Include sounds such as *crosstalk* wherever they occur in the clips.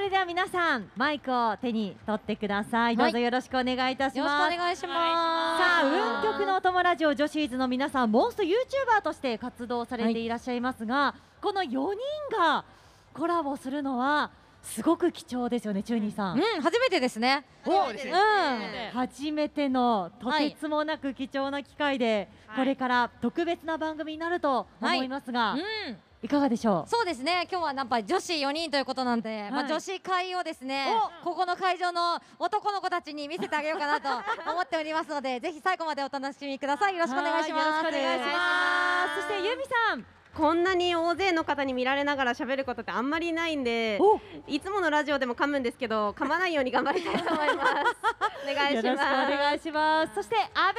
れでは皆さんマイクを手に取ってください、はどいうぞよろしくお願いいたしよろしくおます願いします。さあ運極のお友ラジオ女子イズの皆さんモンスト YouTuber として活動されていらっしゃいますが、この4人がコラボするのはすごく貴重ですよねチューニーさん、うん、初めてですね。そうですねうん初めてのとはいてつもなく貴重な機会で、はいこれから特別な番組になると思いますが、い、うん、かがでしょうそうですね。今日はやっぱり女子4人ということなんで、まあはい女子会をですね、ここの会場の男の子たちに見せてあげようかなと思っておりますので、ぜひ最後までお楽しみください。よろしくお願いします。はいよろしくお願いしますそしてゆみさんこんなに大勢の方に見られながら喋ることってあんまりないんでおいつものラジオでも噛むんですけど噛まないように頑張りたいと思いますお願いよろししくおます願いしますそして阿部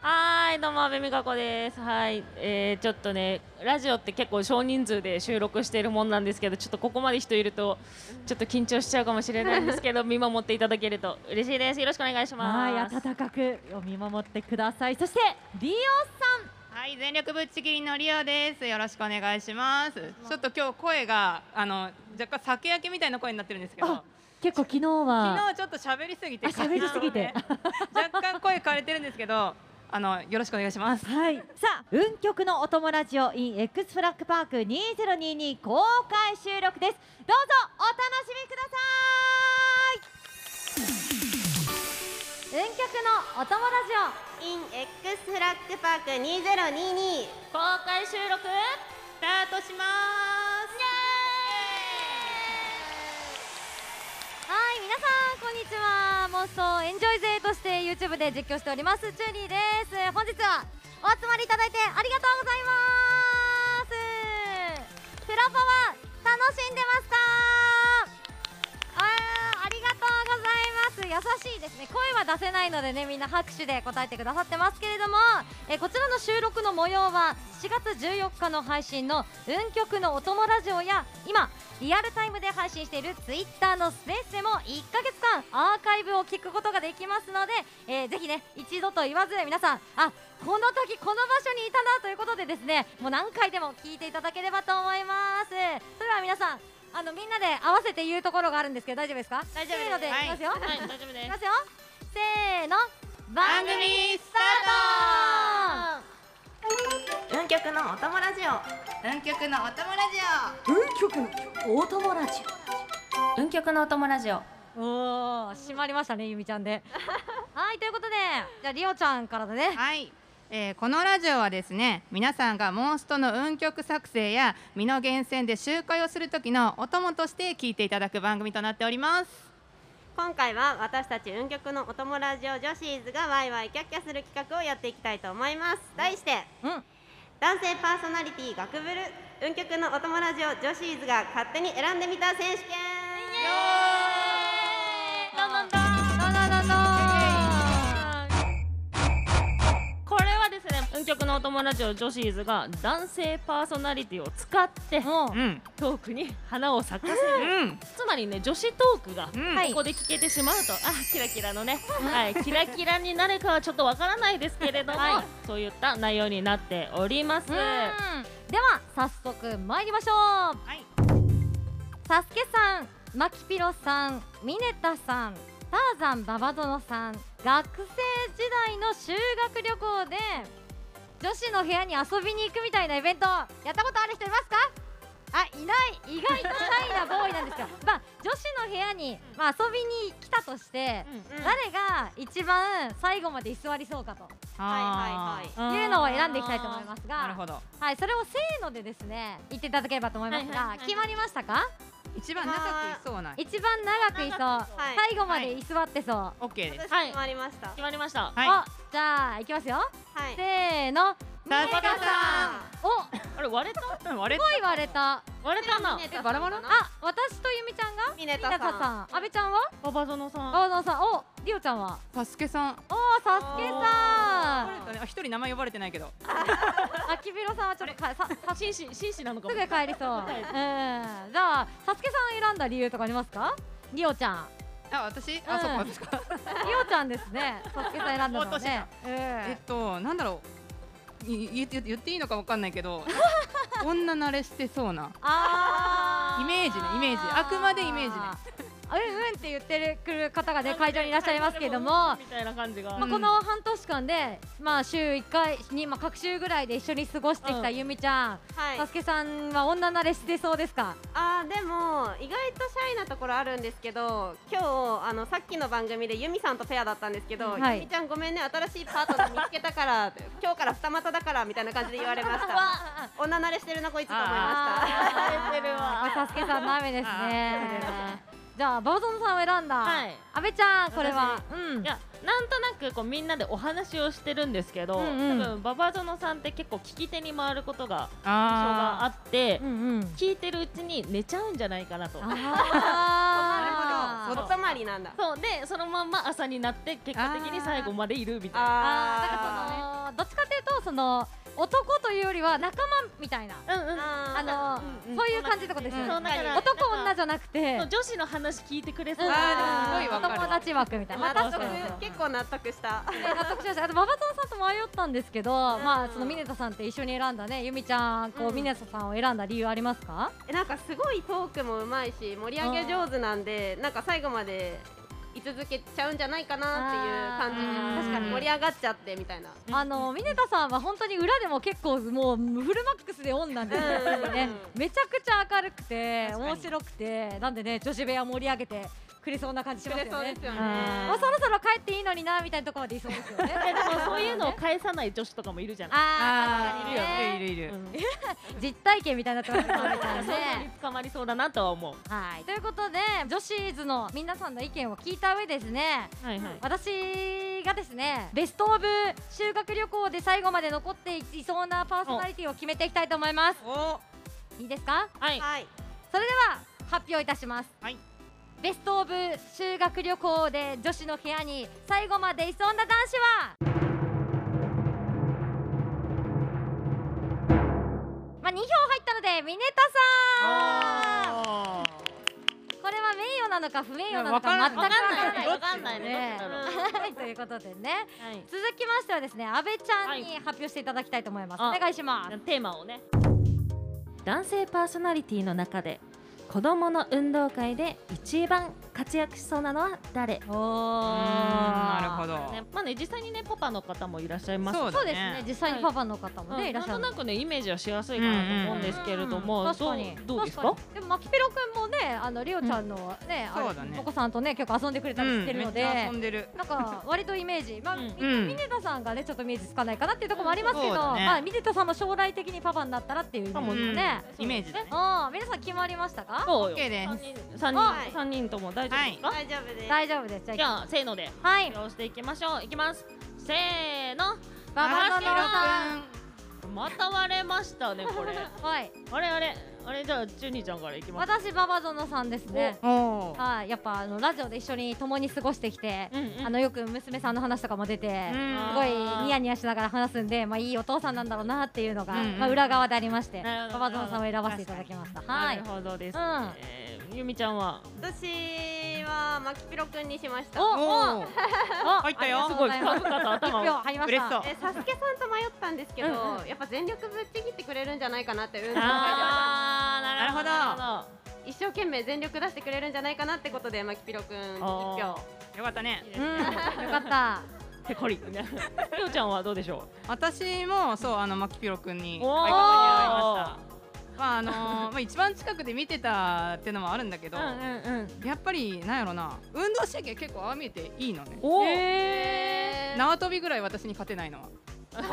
はい、どうも、阿部美香子です。はい、えー、ちょっとね、ラジオって結構少人数で収録しているもんなんですけど、ちょっとここまで人いると。ちょっと緊張しちゃうかもしれないんですけど、見守っていただけると嬉しいです。よろしくお願いしさんはまいす。温かくお見守ってくださいそしてリオはい、全力ぶっちぎりのリオです。よろしくお願いします。ちょっと今日声があの若干酒焼けみたいな声になってるんですけど、あ昨結構昨日は日ちょっと喋りすぎて、あ喋りすぎて *laughs* 若干声枯れてるんですけど、あのよろしくお願いします。はい、 *laughs* さあ運極のお友ラジオ in X フラッグパーク2022公開収録ですどうぞお楽しみください運極のお友ラジオ。イン X フラッグパーク2022公開収録。スタートします。はい、皆さんこんにちは。妄想エンジョイ勢として YouTube で実況しておりますチューリーです。本日はお集まりいただいてありがとうございます。フラパは楽しんでますか？あーありがとうございます優しいですね声は出せないのでねみんな拍手で答えてくださってますけれどもえーこちらの収録の模様は4月14日の配信の「運極のお供ラジオ」や今リアルタイムで配信している Twitter のスペースでも1ヶ月間アーカイブを聞くことができますので、えーぜひね一度と言わず皆さんあこの時この場所にいたなということでですねもう何回でも聞いていただければと思いますそれでは皆さんあのみんなで合わせて言うところがあるんですけど大丈夫ですか大丈夫ですせーので、はいい、きますよ、はい、大丈夫でいすきま。すよせーの番組ススタート運極のお友ラジオタート。運極のおともラジ運極のお友ラジオ。おー閉まりましたねゆみちゃん *laughs* ではいということでじゃありおちゃんからだねオ。はい。えーこのラジオはですね皆さんがモンストの運曲作成や身の源泉で集会をする時のお供として聞いていただく番組となっております今回は私たち運極のお友ラジオ女子イズがワイワイキャッキャする企画をやっていきたいと思います題して、うん男性パーソナリティ学ぶる運極のお友ラジオ女子イズが勝手に選んでみた選手権どんどんどどんんどんどんどんこれはですね運極のお友ラジオ女子ーズが男性パーソナリティを使ってもうんトークに花を咲かせるうんつまりね女子トークがこうんはいこで聞けてしまうと、あキラキラ *laughs* のね、はい、キラキラになるかはちょっとわからないですけれども、はいそういった内容になっておりますう、うんでは早速参りましょうはいサスケさん、マキピロさん、ミネタさん、ターザンババ殿さん、学生時代の修学旅行で女子の部屋に遊びに行くみたいなイベントやったことある人いますかあいない意外とシャイなボーイなんですよ、まあ、女子の部屋に、まあ、遊びに来たとして、うん誰が一番最後まで居座りそうかとはいはいはいあーいうのを選んでいきたいと思いますなるがほ、どはい、それをせーのでですね言っていただければと思いますが、はいはいはいはい決まりましたか一番長くいそうな一番長くいそう、はい最後まで居座ってそう、オッケーです私はい決まりました決まりましたはいあじゃあいきますよ、はいせーのメさガさおあれ割れた割れ声割れた割れたなえバラバラあ私とゆみちゃんがミネタさんミん阿部ちゃんはババゾノさんババさんおりおちゃんはたすけさんおさすけさん一人名前呼ばれてないけどあきびろさんはちょっとかささす紳士紳士なのかもぐ帰りそううんじゃあさすけさん選んだ理由とかありますかりおちゃんあ私うあんそっかですかりおちゃんですねさすけさん選んだのはねえっえとなんだろ *laughs* うい言って言っていいのかわかんないけど女慣れしてそうなあイメージねイメージあくまでイメージねあうんうんって言ってるくる方がね会場にいらっしゃいますけども、まみたいな感じが、 *laughs* あ、この半年間で、まあ、週1回に、まあ、各週ぐらいで一緒に過ごしてきたうんゆみちゃん、はいたすけさんは女慣れしてそうですかあーでも意外とシャイなところあるんですけど今日あのさっきの番組でユミさんとペアだったんですけど、はいユミちゃんごめんね新しいパートナー見つけたから今日から二股だからみたいな感じで言われましたあ女慣れしてるなこいつと思いましたあー、たすけさんの雨ですね *laughs* じゃあババゾンさんを選んだ、 *laughs* はい阿部ちゃんこれはうんいやなんとなくこうみんなでお話をしてるんですけど、うんうん多分ババゾノさんって結構聞き手に回ることが印象がああって、うんうん聞いてるうちに寝ちゃうんじゃないかなとあーなおるほどつまり *laughs* なんだそうでそのまんま朝になって結果的に最後までいるみたいなああーだからそのどっちかというとその男というよりは仲間みたいなうんうんああののうんうんそういう感じってことですよそうねだから男女なんかじゃなくてそう女子の話聞いてくれそううんあーすごいわかるお友達枠みたいなまあそう確そうかに結構納得した納得しましたあと馬場園さんと迷ったんですけどまあそのミネタさんって一緒に選んだねゆみちゃんこううんミネタさんを選んだ理由ありますかえなんかすごいトークもうまいし盛り上げ上手なんでなんか最後まで居続けちゃうんじゃないかなっていうあー感じ確かに盛り上がっちゃってみたいなうんあのミネタさんは本当に裏でも結構もうフルマックスでオンなんです *laughs* ようんねめちゃくちゃ明るくて確かに面白くてなんでね女子部屋盛り上げてくれそうな感じしますよねよあもうそろそろ帰っていいのになみたいなところまでいそうですよね *laughs* でもそういうのを返さない女子とかもいるじゃないあーー確いかにねるよいるいるいるうん実体験みたいになってますねそういうのに捕まりそうだな *laughs* とは思うはい、ということで女子図の皆さんの意見を聞いた上ですねはいはい私がですねベスト・オブ修学旅行で最後まで残っていそうなパーソナリティを決めていきたいと思いますおいいですかはいはいそれでは発表いたします、はいベスト・オブ修学旅行で女子の部屋に最後までいそうな男子はまあ、2票入ったのでミネタさんあこれは名誉なのか不名誉なのわかからん全くわからないわかんないねねどっちだろうはいということでねはい続きましてはですね阿部ちゃんには発表していただきたいと思います、あお願いしますテーマをね男性パーソナリティの中で子どもの運動会で一番活躍しそうなのは誰、ねおなるほどどまあね、実際にねパパの方もいらっしゃいますそうそうだですねね実際にパパの方もね、うんいらっしゃなるんとなくねイメージはしやすいかなと思うんですけれども、うん確かにどうどうですか確にでもマキピロくんもねあのリオちゃんのね,あれ、そうだねお子さんとね結構遊んでくれたりしてるので、うんめっちゃ遊んでるなんか割とイメージ、まあ、うんみうんミネタさんがねちょっとイメージつかないかなっていうところもありますけど、うんそうだねまあミネタさんも将来的にパパになったらっていうイメージもね、イメージだねああ皆さん決まりましたかそうよ OK です三人三はい人三人とも大丈夫ですか、大丈夫です大丈夫ですじじゃあゃあせーのではい発表していきましょういきますせーのババゾノさんまた割れましたね *laughs* これんはいあれあれあれじゃあジュニちゃんからいきます私ババゾノさんですねおーはいやっぱあのラジオで一緒に共に過ごしてきて、うんうんあのよく娘さんの話とかも出て、うんすごいニヤニヤしながら話すんで、まあ、いいお父さんなんだろうなっていうのが、うんうんまあ、裏側でありましてなるほ馬ど場園さんを選ばせていただきましたはないるおほどです、うねんゆみちゃんは私はマキピロくんにしましたおおー入ったよありがすとうごごいざ深ます々と頭を一票入りまし嬉したそうえサスケさんと迷ったんですけど、やっぱ全力ぶっちぎってくれるんじゃないかなって運動会ではあーなるほどな一生懸命全力出してくれるんじゃないかなってことでマキピロくんに一あー票よかったねるうほどんよかったペコリみたいなひょうちゃんはどうでしょ私もそうあのマキピロ君にう相方に会いましたまああのーまあ一番近くで見てたってのもあるんだけどうんうんうんやっぱりなんやろな運動神経結構ああ見えていいのねおーえ縄跳びぐらい私に勝てないのは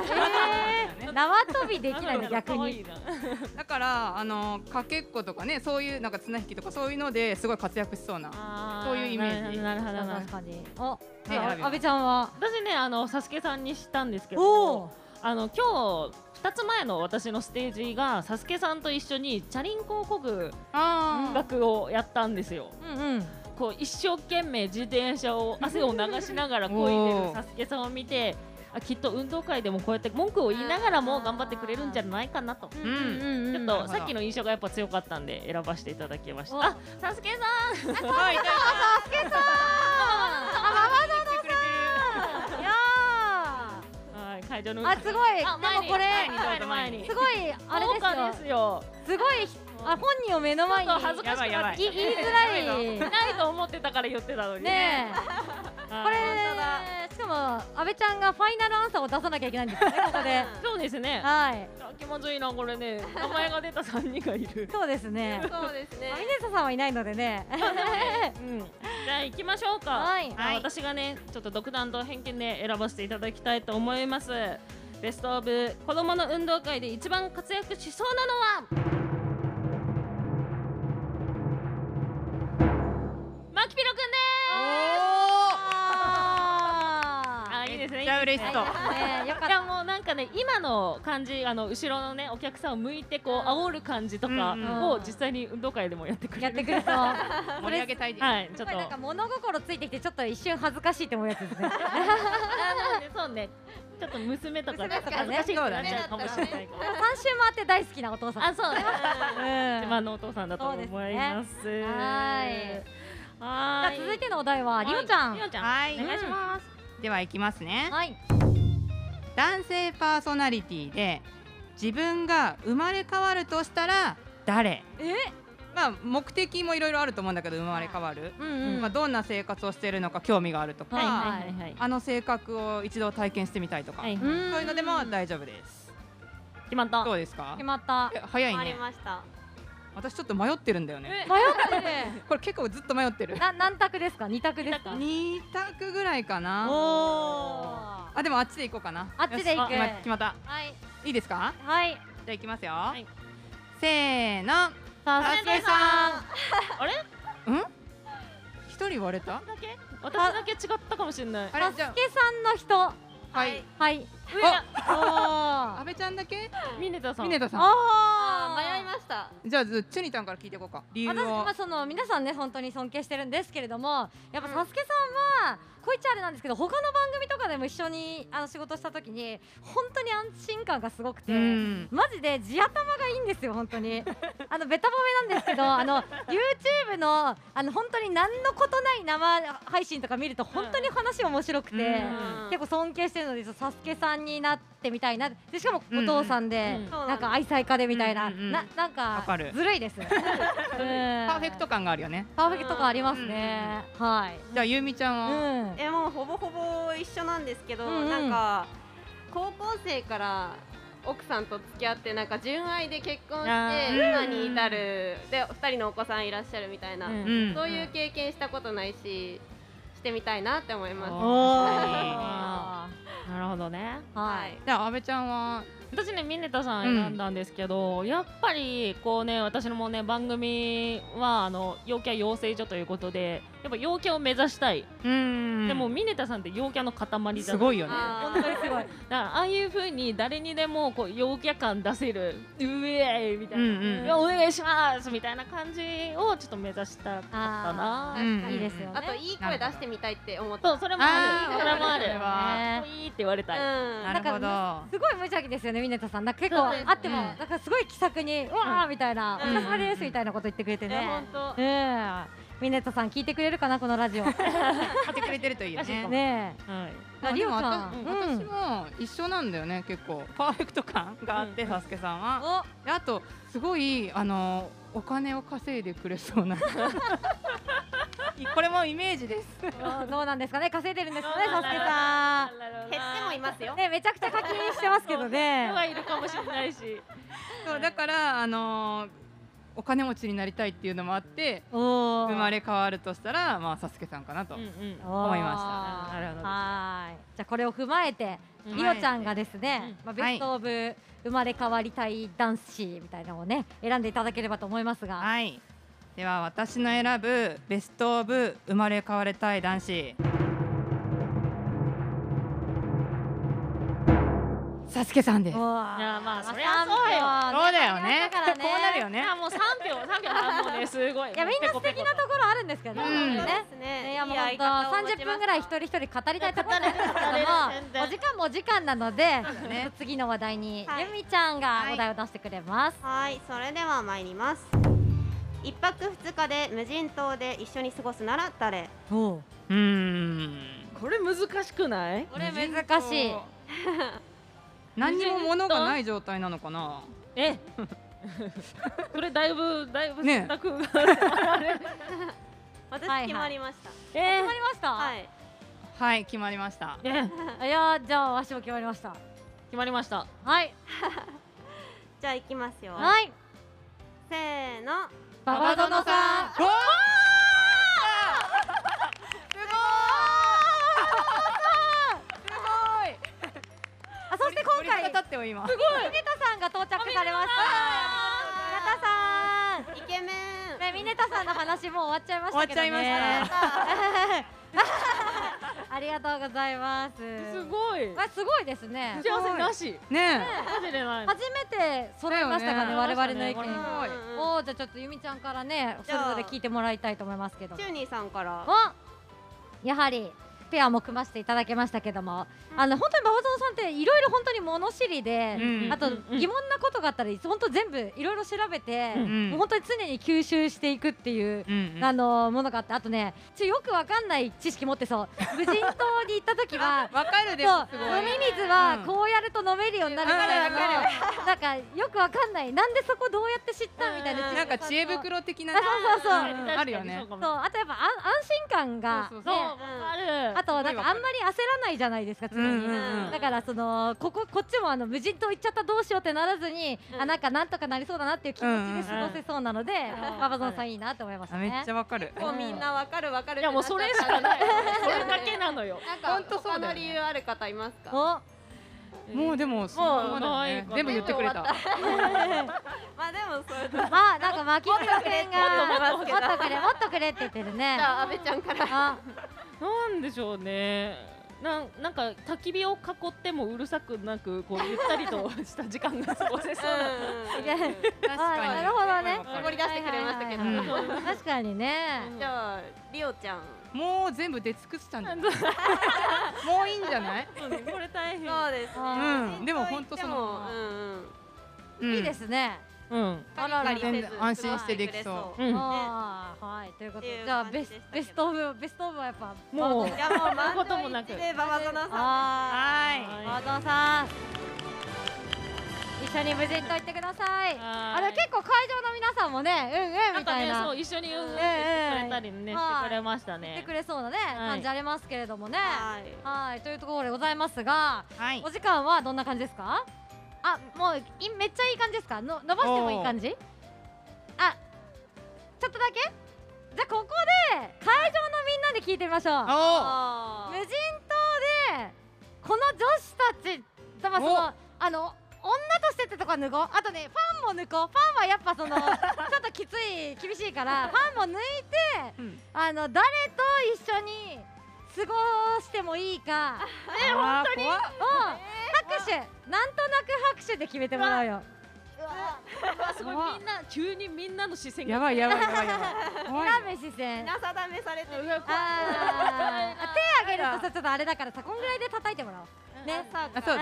ーえー縄跳びできないの逆可に愛いなだからあのーかけっことかねそういうなんか綱引きとかそういうのですごい活躍しそうなあそういうイメージなるほどなるほどなる確かほどにおね選びました阿部ちゃんは私ねあのサスケさんにしたんですけおどあの今日二つ前の私のステージがサスケさんと一緒にチャリンコをこぐあー楽をやったんですようんうんこう一生懸命自転車を汗を流しながら漕いでるサスケさんを見てあきっと運動会でもこうやって文句を言いながらも頑張ってくれるんじゃないかなと。うんうんちうょっんとさっきの印象がやっぱ強かったんで選ばせていただきました。おあ、サスケさはい痛いあいやん。はい、会場の。ーあすごいでもこれ前に前に前にすごいあれですよ豪華ですよ。すごいあ本人を目の前にちょっと恥ずかしくなってきたい言いづらいないと思ってたから言ってたのにねえここれしかも阿部ちゃんがファイナルアンサーを出さなきゃいけないんですよねここでそうですねはいあ気まずいなこれね名前が出た三人がい *laughs* るそうですねそうですねアミネサさんはいないのでねうんじゃあ行きましょうかはいじゃあはい私がねちょっと独断と偏見で選ばせていただきたいと思いますベストオブ子どもの運動会で一番活躍しそうなのはマキピロくんですああいいですねめっちゃ嬉しそうーねえよかっいやもうなんかね今の感じあの後ろのねお客さんを向いてこう煽る感じとかうんうんを実際に運動会でもやってくたれるやってくるとや盛り上げたいです。はいちょっぱっとりなんか物心ついてきてちょっと一瞬恥ずかしいって思うやつですねそうね *laughs* そうねちょっと娘とかね娘とか恥ねずかしいってなっちゃうかもしれないか三週回って大好きなお父さんらあ *laughs* そううねん自慢のお父さんだと思いますねはじゃーあい続いてのお題はリオちゃんリオちゃんはいお願いしますでは行きますね。はい男性パーソナリティで自分が生まれ変わるとしたら誰？えまあ目的もいろいろあると思うんだけど生まれ変わる。うんうんまあどんな生活をしているのか興味があるとか、はいはいはいはいあの性格を一度体験してみたいとか、はいそうういうのでも決大丈夫です。決まったどうですか？まったえ早い回りね。ました私ちょっと迷ってるんだよね。迷っ *laughs* てこれ結構ずっと迷ってるる。な何択ですか二択ですか二択ぐらいかおな。ーあでもあっちで行こうかな。あっちで行くよし決ま決まった。はいいいですか？はいじゃあ行きますよ。いせーの。さすけさあれうん？一人割れた？私だけ私だけ違ったかもしれないあんされすじゃけさんの人あはい。はい阿あ部ちゃんだけ？ミネタさんミネタさああー迷いすましたん。じゃあずチュニタンから聞いていこうか。理由を。私まあその皆さんね本当に尊敬してるんですけれどもやっぱさすけさんはこう言っちゃあれなんですけど他の番組とかでも一緒にあの仕事した時に本当に安心感がすごくてうん。マジで地頭がいいんですよ、本当に。あのベタ褒めなんですけど、あの YouTube のあの本当に何のことない生配信とか見ると本当に話面白くて、うん結構尊敬してるので、サスケさんになってみたいな。でしかもうんお父さんで、うんそうななんんだか愛妻家でみたいな、うんうんうんななんわかかるずるいです。パパーーフェクト。感があるよね。パーフェクト感ありますね。はい。じゃあゆうみちゃんうは。ん。えもうほぼほぼ一緒なんですけど、うんうんなんか高校生から奥さんと付き合ってなんか純愛で結婚あしてー今に至るで二人のお子さんいらっしゃるみたいな、うんうんそういう経験したことないししてみたいなって思いますおあなるほどねーはい。じゃあ阿部ちゃんは。私ねミネタさん選んだんですけど、やっぱりこうね私のもうね番組はあの陽キャ養成所ということでやっぱ陽キャを目指したい、うんでもミネタさんって陽キャの塊じゃないすごいよね。あ本ー当にすごい。だからああいう風に誰にでもこう陽キャ感出せるうえーいみたういんな、うんいや。お願いしますみたいな感じをちょっと目指したかったなあーうんいいですよね。あといい声出してみたいって思ったそうそれもあーるそれもあわかそるれは。ねもういいって言われたい、うんなるほど。すごい無邪気ですよね、ミネタさん。なんか結構そうですあっても、うんなんかすごい気さくに、うわーみたいな、おうん疲れ様ですみたいなこと言ってくれていやね本。当うん、ミネタさん聞いてくれるかな、このラジオ。買ってくれてるといいよね。ねはい、まあリオちゃんでもうん私,、私も一緒なんだよね結構パーフェクト感があって、サスケさんはであとすごいあのお金を稼いでくれそうな *laughs* これもイメージですえ、どうなんですかね、稼いでるんですかね、そサうスケさ減ってもいますよん。ね、めちゃくちゃ課金してますけどね人。はいるかもしれないしそうだからあのお金持ちになりたいっていうのもあってお生まれ変わるとしたらまあサスケさんかなと、うんうん思いましたなるほどはい。じゃあこれを踏まえて、うんリオちゃんがですね、まあ、ベはスいトオブ生まれ変わりたい男子みたいなのをね、選んでいただければと思いますが。はいでは私の選ぶベスト・オブ生まれ変われたい男子サスケさんですうわーいやまあそりゃそうよそうだよね。からこうなるよねあ。もう三票三票半もうねすごい。いやみんな素敵なところあるんですけどね。うん本当そうにでねすねねいやもうい本い当相方を持ちました30分ぐらい一人一人語りたいところなんですけども全然お時間もお時間なのでねちょっと次の話題にはいゆみちゃんがお題を出してくれますはい、それでは参ります。一泊二日で無人島で一緒に過ごすなら誰？こうーん。これ難しくない？れ難しい何にも物がない状態なのかな。えそれだいぶだいぶね選択が、私決まりました。え決まりました、、はいい。はい決まりましたーねやーじゃあわしも決まりました決まりましたはいじゃあ行きますよ。はいせーの。バババ殿さんんわあそして今回立菅ってよ今田さんが到着されました菅田さイケメんねミネタさんの話もう終わっちゃいましたけどね終わっちゃいましありがとうございますすごいあすごいですね幸せなしねマジでない初めて揃いましたかねだよね我々の意揃見いましたねン。すお。おーじゃあちょっとゆみちゃんからねそじれゃあぞれ聞いてもらいたいと思いますけどチューニーさんから。おやはりペアも組ませていただきましたけども、あの本当に馬場園さんっていろいろ本当に物知りで、うんあとうんうん疑問なことがあったら本当全部いろいろ調べて、うんもう本当に常に吸収していくっていう。えうんあのものがあってあとねちょよくわかんない知識持ってそう無人島に行った時は *laughs* わかるでそもうすご飲いみ水はこうやると飲めるようになるからうんわかるわなんかよくわかんないなんでそこどうやって知ったみたいなうんなんか知恵袋的なそうそうそううんあるよねそうかもそうあとやっぱあ安心感がそうそうねわかるあとなんかあんまり焦らないじゃないですか常に、うんうんうんだからそのこここっちもあの無人島行っちゃったどうしようってならずに、うんあなんかなんとかなりそうだなっていう気持ちで過ごせそうなので、んババゾンさんいいなと思いましたあめねっちゃわかるもうみんなわかるわかる。いやもうそれし *laughs* かないそれだけなのよなんほかんとそうだよ他ねの理由ある方いますか。おもうでもそのままだよねもう全部言ってくれたまあでもそれと。まあなんかマキキさんがももっっととくれもっとくれって言ってるねじゃあ阿部ちゃんから。あなんでしょうねなんなんか焚き火を囲ってもうるさくなくこうゆったりとした時間が過ごせそうなうんいや確かにあなるほどねわかる絞り出してくれましたけどはいはいはいはい確かにねじゃあリオちゃん。もう全部出尽くした *laughs* んじゃないもういいんじゃないそうねこれ大変そうですね。うんでもほんとそのうんうん。いいですねうんカリカリせ全ず然安心してできそううんあーはいということっていでうじゃあ感じベでしスたけどベストオブベストオブはやっぱもういやもう満ことも場なく一致でババゾナさん。あはーいババゾンさん一緒に無人島行ってくださいはいあれ結構会場の皆さんもねうんうんなんみかたいねなそう一緒にうんうんってしてくれたりねええしてくれました言ってねくれそうなねい感じありますけれどもねはい。はいというところでございますがはいお時間はどんな感じですかあもういめっちゃいい感じですかの伸ばしてもいい感じあちょっとだけじゃあここで会場のみんなで聞いてみましょうおあ無ー人島でこの女子たちだからそのあの女としてってとこは脱ごうあとねファンも抜こうファンはやっぱそ *laughs* のちょっときつい厳しいからファンも抜いて、うんあの誰と一緒に過ごしてもいいかえ本当にを拍手なんとなく拍手で決めてもらうよすごいみんな急にみんなの視線がやばいやばいやばいやばい怖選いべ視線あな定めされてる。あー手あげるとさちょっとあれだからさこんぐらいで叩いてもらおうねさあそうだね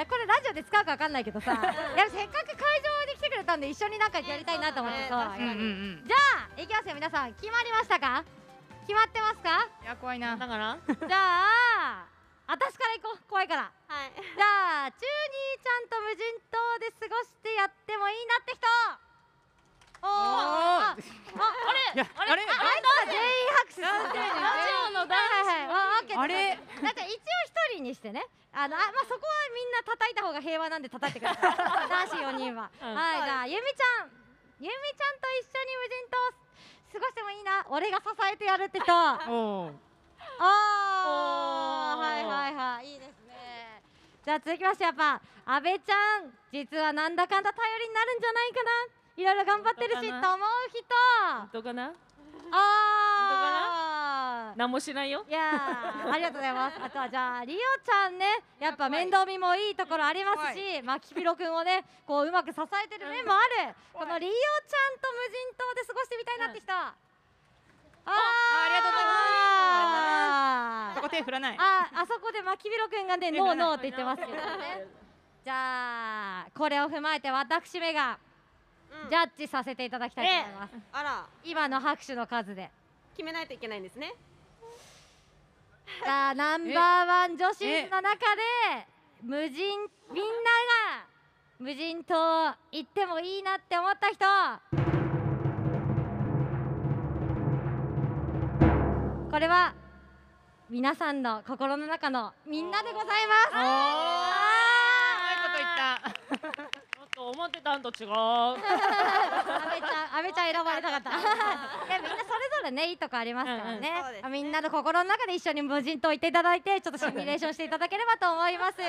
あーこれラジオで使うかわかんないけど *laughs* さいやせっかく会場に来てくれたんで一緒になんかやりたいなと思ってねそうそうだうんねうんうんじゃあいきますよ皆さん決まりましたか決まってます *laughs* かいや怖いなだからじゃあ私から行こう怖いからはい。じゃあチューニーちゃんと無人島で過ごしてやってもいいなって人おあーあいやあれあいつら全員拍手するラジオの男はいはいわオッケーあれなんか一応一人にしてね。あのあまあそこはみんな叩いた方が平和なんで叩いてください。男子四人は。うんはいじゃあゆみちゃん、ゆみちゃんと一緒に無人島を過ごしてもいいな。俺が支えてやるって人。あおーあおーはいはいはいいいですね。じゃあ続きましてやっぱ阿部ちゃん実はなんだかんだ頼りになるんじゃないかな。いろいろ頑張ってるしと本当思かう人。どうかなああ。何もしないよいやーありがとうございます。あとはじゃあリオちゃんね、やっぱ面倒見もいいところありますし、まあキピロ君を *laughs* ね、こううまく支えてる面もある。このリオちゃんと無人島で過ごしてみたいなって人。ああありがとうございまあそこ手振らないああそこでまあキピロ君がね、ノーノーって言ってますけどね。じゃあこれを踏まえて私めがうんジャッジさせていただきたいと思います。あら今の拍手の数で。決めないといけないんですね。じゃあナンバーワン女子の中で無人みんなが無人島行ってもいいなって思った人これは皆さんの心の中のみんなでございますおーあうまいこと言っちょっと思ってたんと違 *laughs* う。阿部ちゃん阿部ちゃん選ばれたかった *laughs* いやみんなそれぞれねいいとこありますからね,、うんうんそうですねみんなの心の中で一緒に無人島行っていただいてちょっとシミュレーションしていただければと思いますは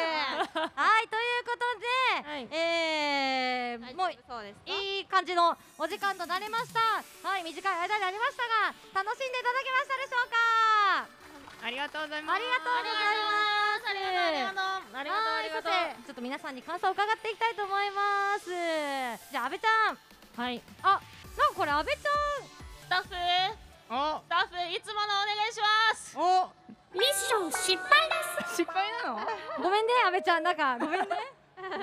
いということで、はいえーもうそうですかいい感じのお時間となりましたはい短い間になりましたが楽しんでいただけましたでしょうかたありがとうございますありがとうございますありがとうあありがとう、ありがとう。ちょっと皆さんに感想を伺っていきたいと思いますじゃあ阿部ちゃんはい。あなんかこれ阿部ちゃんスタッフ、スタッフ、いつものお願いします。おおミッション失敗です失敗なのごめんね、阿部ちゃん、なんか、ごめんね。これは、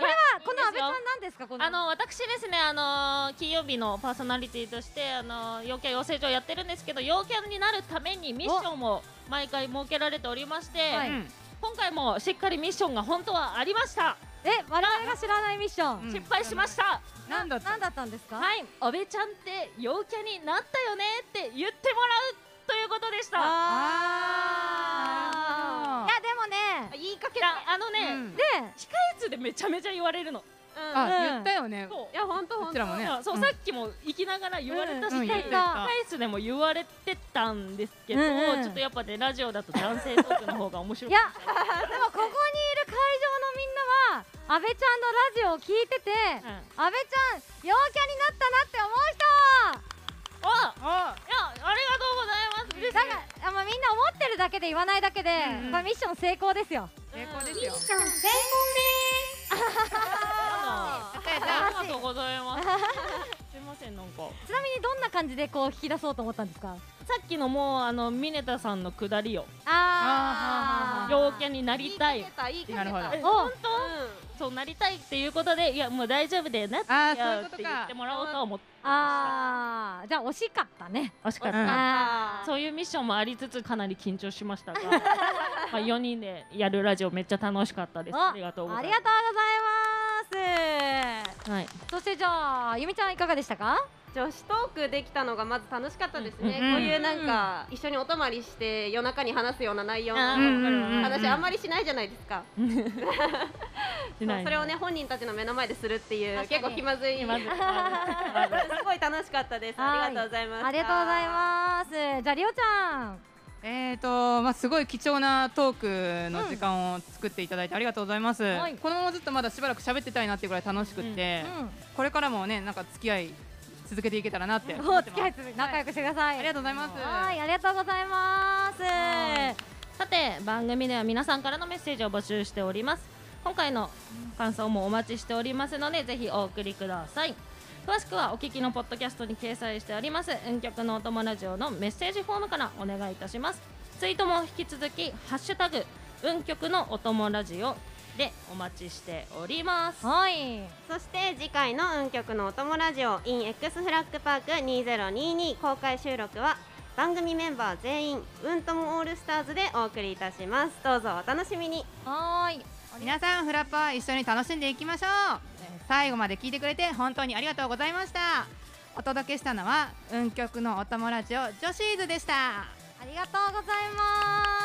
この阿部ちゃん、なんですか、この。あの私ですね、あの金曜日のパーソナリティとして、あの陽キャ養成所やってるんですけど、陽キャになるためにミッションも毎回設けられておりまして、はういん今回もしっかりミッションが本当はありました。え、我々が知らないミッション。うん失敗しました。なんだったなんだったんですか。はい、安倍ちゃんって陽キャになったよねって言ってもらうということでした。ああーいや、でもね、言いかけだ。あのね、うんで、控え室でめちゃめちゃ言われるの。あうん言ったよねそういや本当こ本ち当らもねそう、うんさっきも生きながら言われたし、うんうん言ってた控え室でも言われてたんですけど、うんうんちょっとやっぱねラジオだと男性トークの方が面白いい。いや、や、 *laughs* でも、ここにいる会場のみんなは、阿部ちゃんのラジオを聞いてて。うん、あ、阿部ちゃん、陽キャになったなって思ういあやありがとうございます。嬉しい人。だから、あ、まあ、みんな思ってるだけで、言わないだけで、うんまあ、ミッション成功ですよ。成功でミッすよション成あやったやっらたありがとうござい *laughs* ます。すいませんなんか。ちなみに、どんな感じで、こう、引き出そうと思ったんですか。さっきのもうあのミネタさんの下りよ。あーはーはーはー陽キャになりた言いい。かけなたる言いほどかけたうえん本当、そうなりたいっていうことでいやもう大丈夫だよなってあーやそういうっことてか言ってもらおうとは思ってまああ、じゃあ惜しかったね。した惜しかった、うんあーそういうミッションもありつつかなり緊張しましたがまあ4人でやるラジオめっちゃ楽しかったですおありがとうござあいりまがとうございます。すはい、そしてじゃあ、ゆみちゃんいかがでしたか？女子トークできたのがまず楽しかったですね、うんこういうなんか、一緒にお泊まりして夜中に話すような内容のあうんうんうんうん話あんまりしないじゃないですか、でそうないそれをね本人たちの目の前でするっていう確かに結構気まずい *laughs* すまずごい楽しかったですはいありがとうございますありがとうございます。じゃありおちゃん。えーとまあ、すごい貴重なトークの時間を作っていただいてありがとうございます、はいこのままずっとまだしばらく喋ってたいなっていうぐらい楽しくって、これからもねなんか付き合い続けていけたらなってうん。思おって付まきす合い続け仲良くしてください。ありがとうございますはい、ありがとうございます。さて番組では皆さんからのメッセージを募集しております今回の感想もお待ちしておりますのでぜひお送りください詳しくはお聞きのポッドキャストに掲載しております運極のお友ラジオのメッセージフォームからお願いいたしますツイートも引き続きハッシュタグ運極のお友ラジオでお待ちしておりますはい。そして次回の「運極のお供ラジオ inX フラッグパーク2022」公開収録は番組メンバー全員「うんともオールスターズ」でお送りいたしますどうぞお楽しみにはーい。皆さんフラッパー一緒に楽しんでいきましょうえー最後まで聞いてくれて本当にありがとうございましたお届けしたのは運極のお友達をジョシーズでしたありがとうございます。